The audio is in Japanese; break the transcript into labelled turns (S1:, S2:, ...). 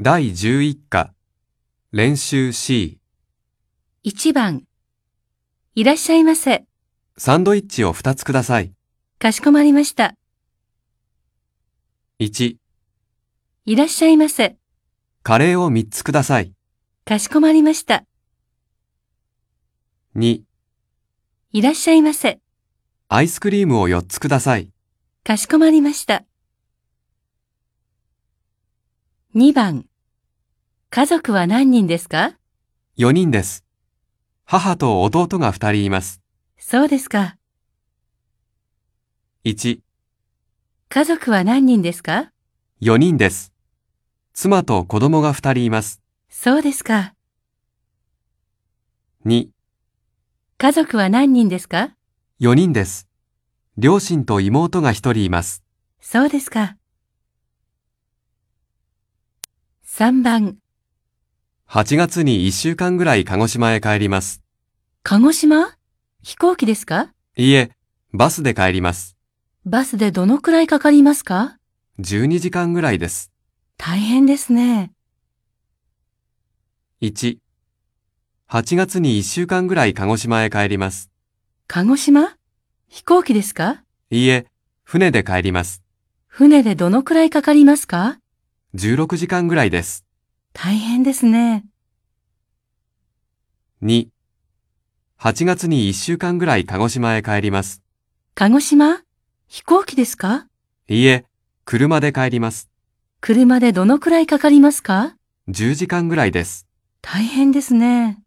S1: 第11課、練習 C、
S2: 1番。いらっしゃいませ。
S1: サンドイッチを2つください。
S2: かしこまりました。
S1: 1、
S2: いらっしゃいませ。
S1: カレーを3つください。
S2: かしこまりました。
S1: 2、
S2: いらっしゃいませ。
S1: アイスクリームを4つください。
S2: かしこまりました。2番。家族は何人ですか
S1: 4人です。母と弟が2人います。
S2: そうですか。
S1: 1、
S2: 家族は何人ですか
S1: 4人です。妻と子供が2人います。
S2: そうですか。
S1: 2、
S2: 家族は何人ですか
S1: 4人です。両親と妹が1人います。
S2: そうですか。3番。
S1: 8月に1週間ぐらい鹿児島へ帰ります。
S2: 鹿児島飛行機ですか
S1: いいえ、バスで帰ります。
S2: バスでどのくらいかかりますか
S1: 12時間ぐらいです。
S2: 大変ですね。
S1: 1、8月に1週間ぐらい鹿児島へ帰ります。
S2: 鹿児島飛行機ですか
S1: いいえ、船で帰ります。
S2: 船でどのくらいかかりますか
S1: 16時間ぐらいです。
S2: 大変ですね。
S1: 2、8月に1週間ぐらい鹿児島へ帰ります。
S2: 鹿児島飛行機ですか
S1: いいえ、車で帰ります。
S2: 車でどのくらいかかりますか
S1: 10時間ぐらいです。
S2: 大変ですね。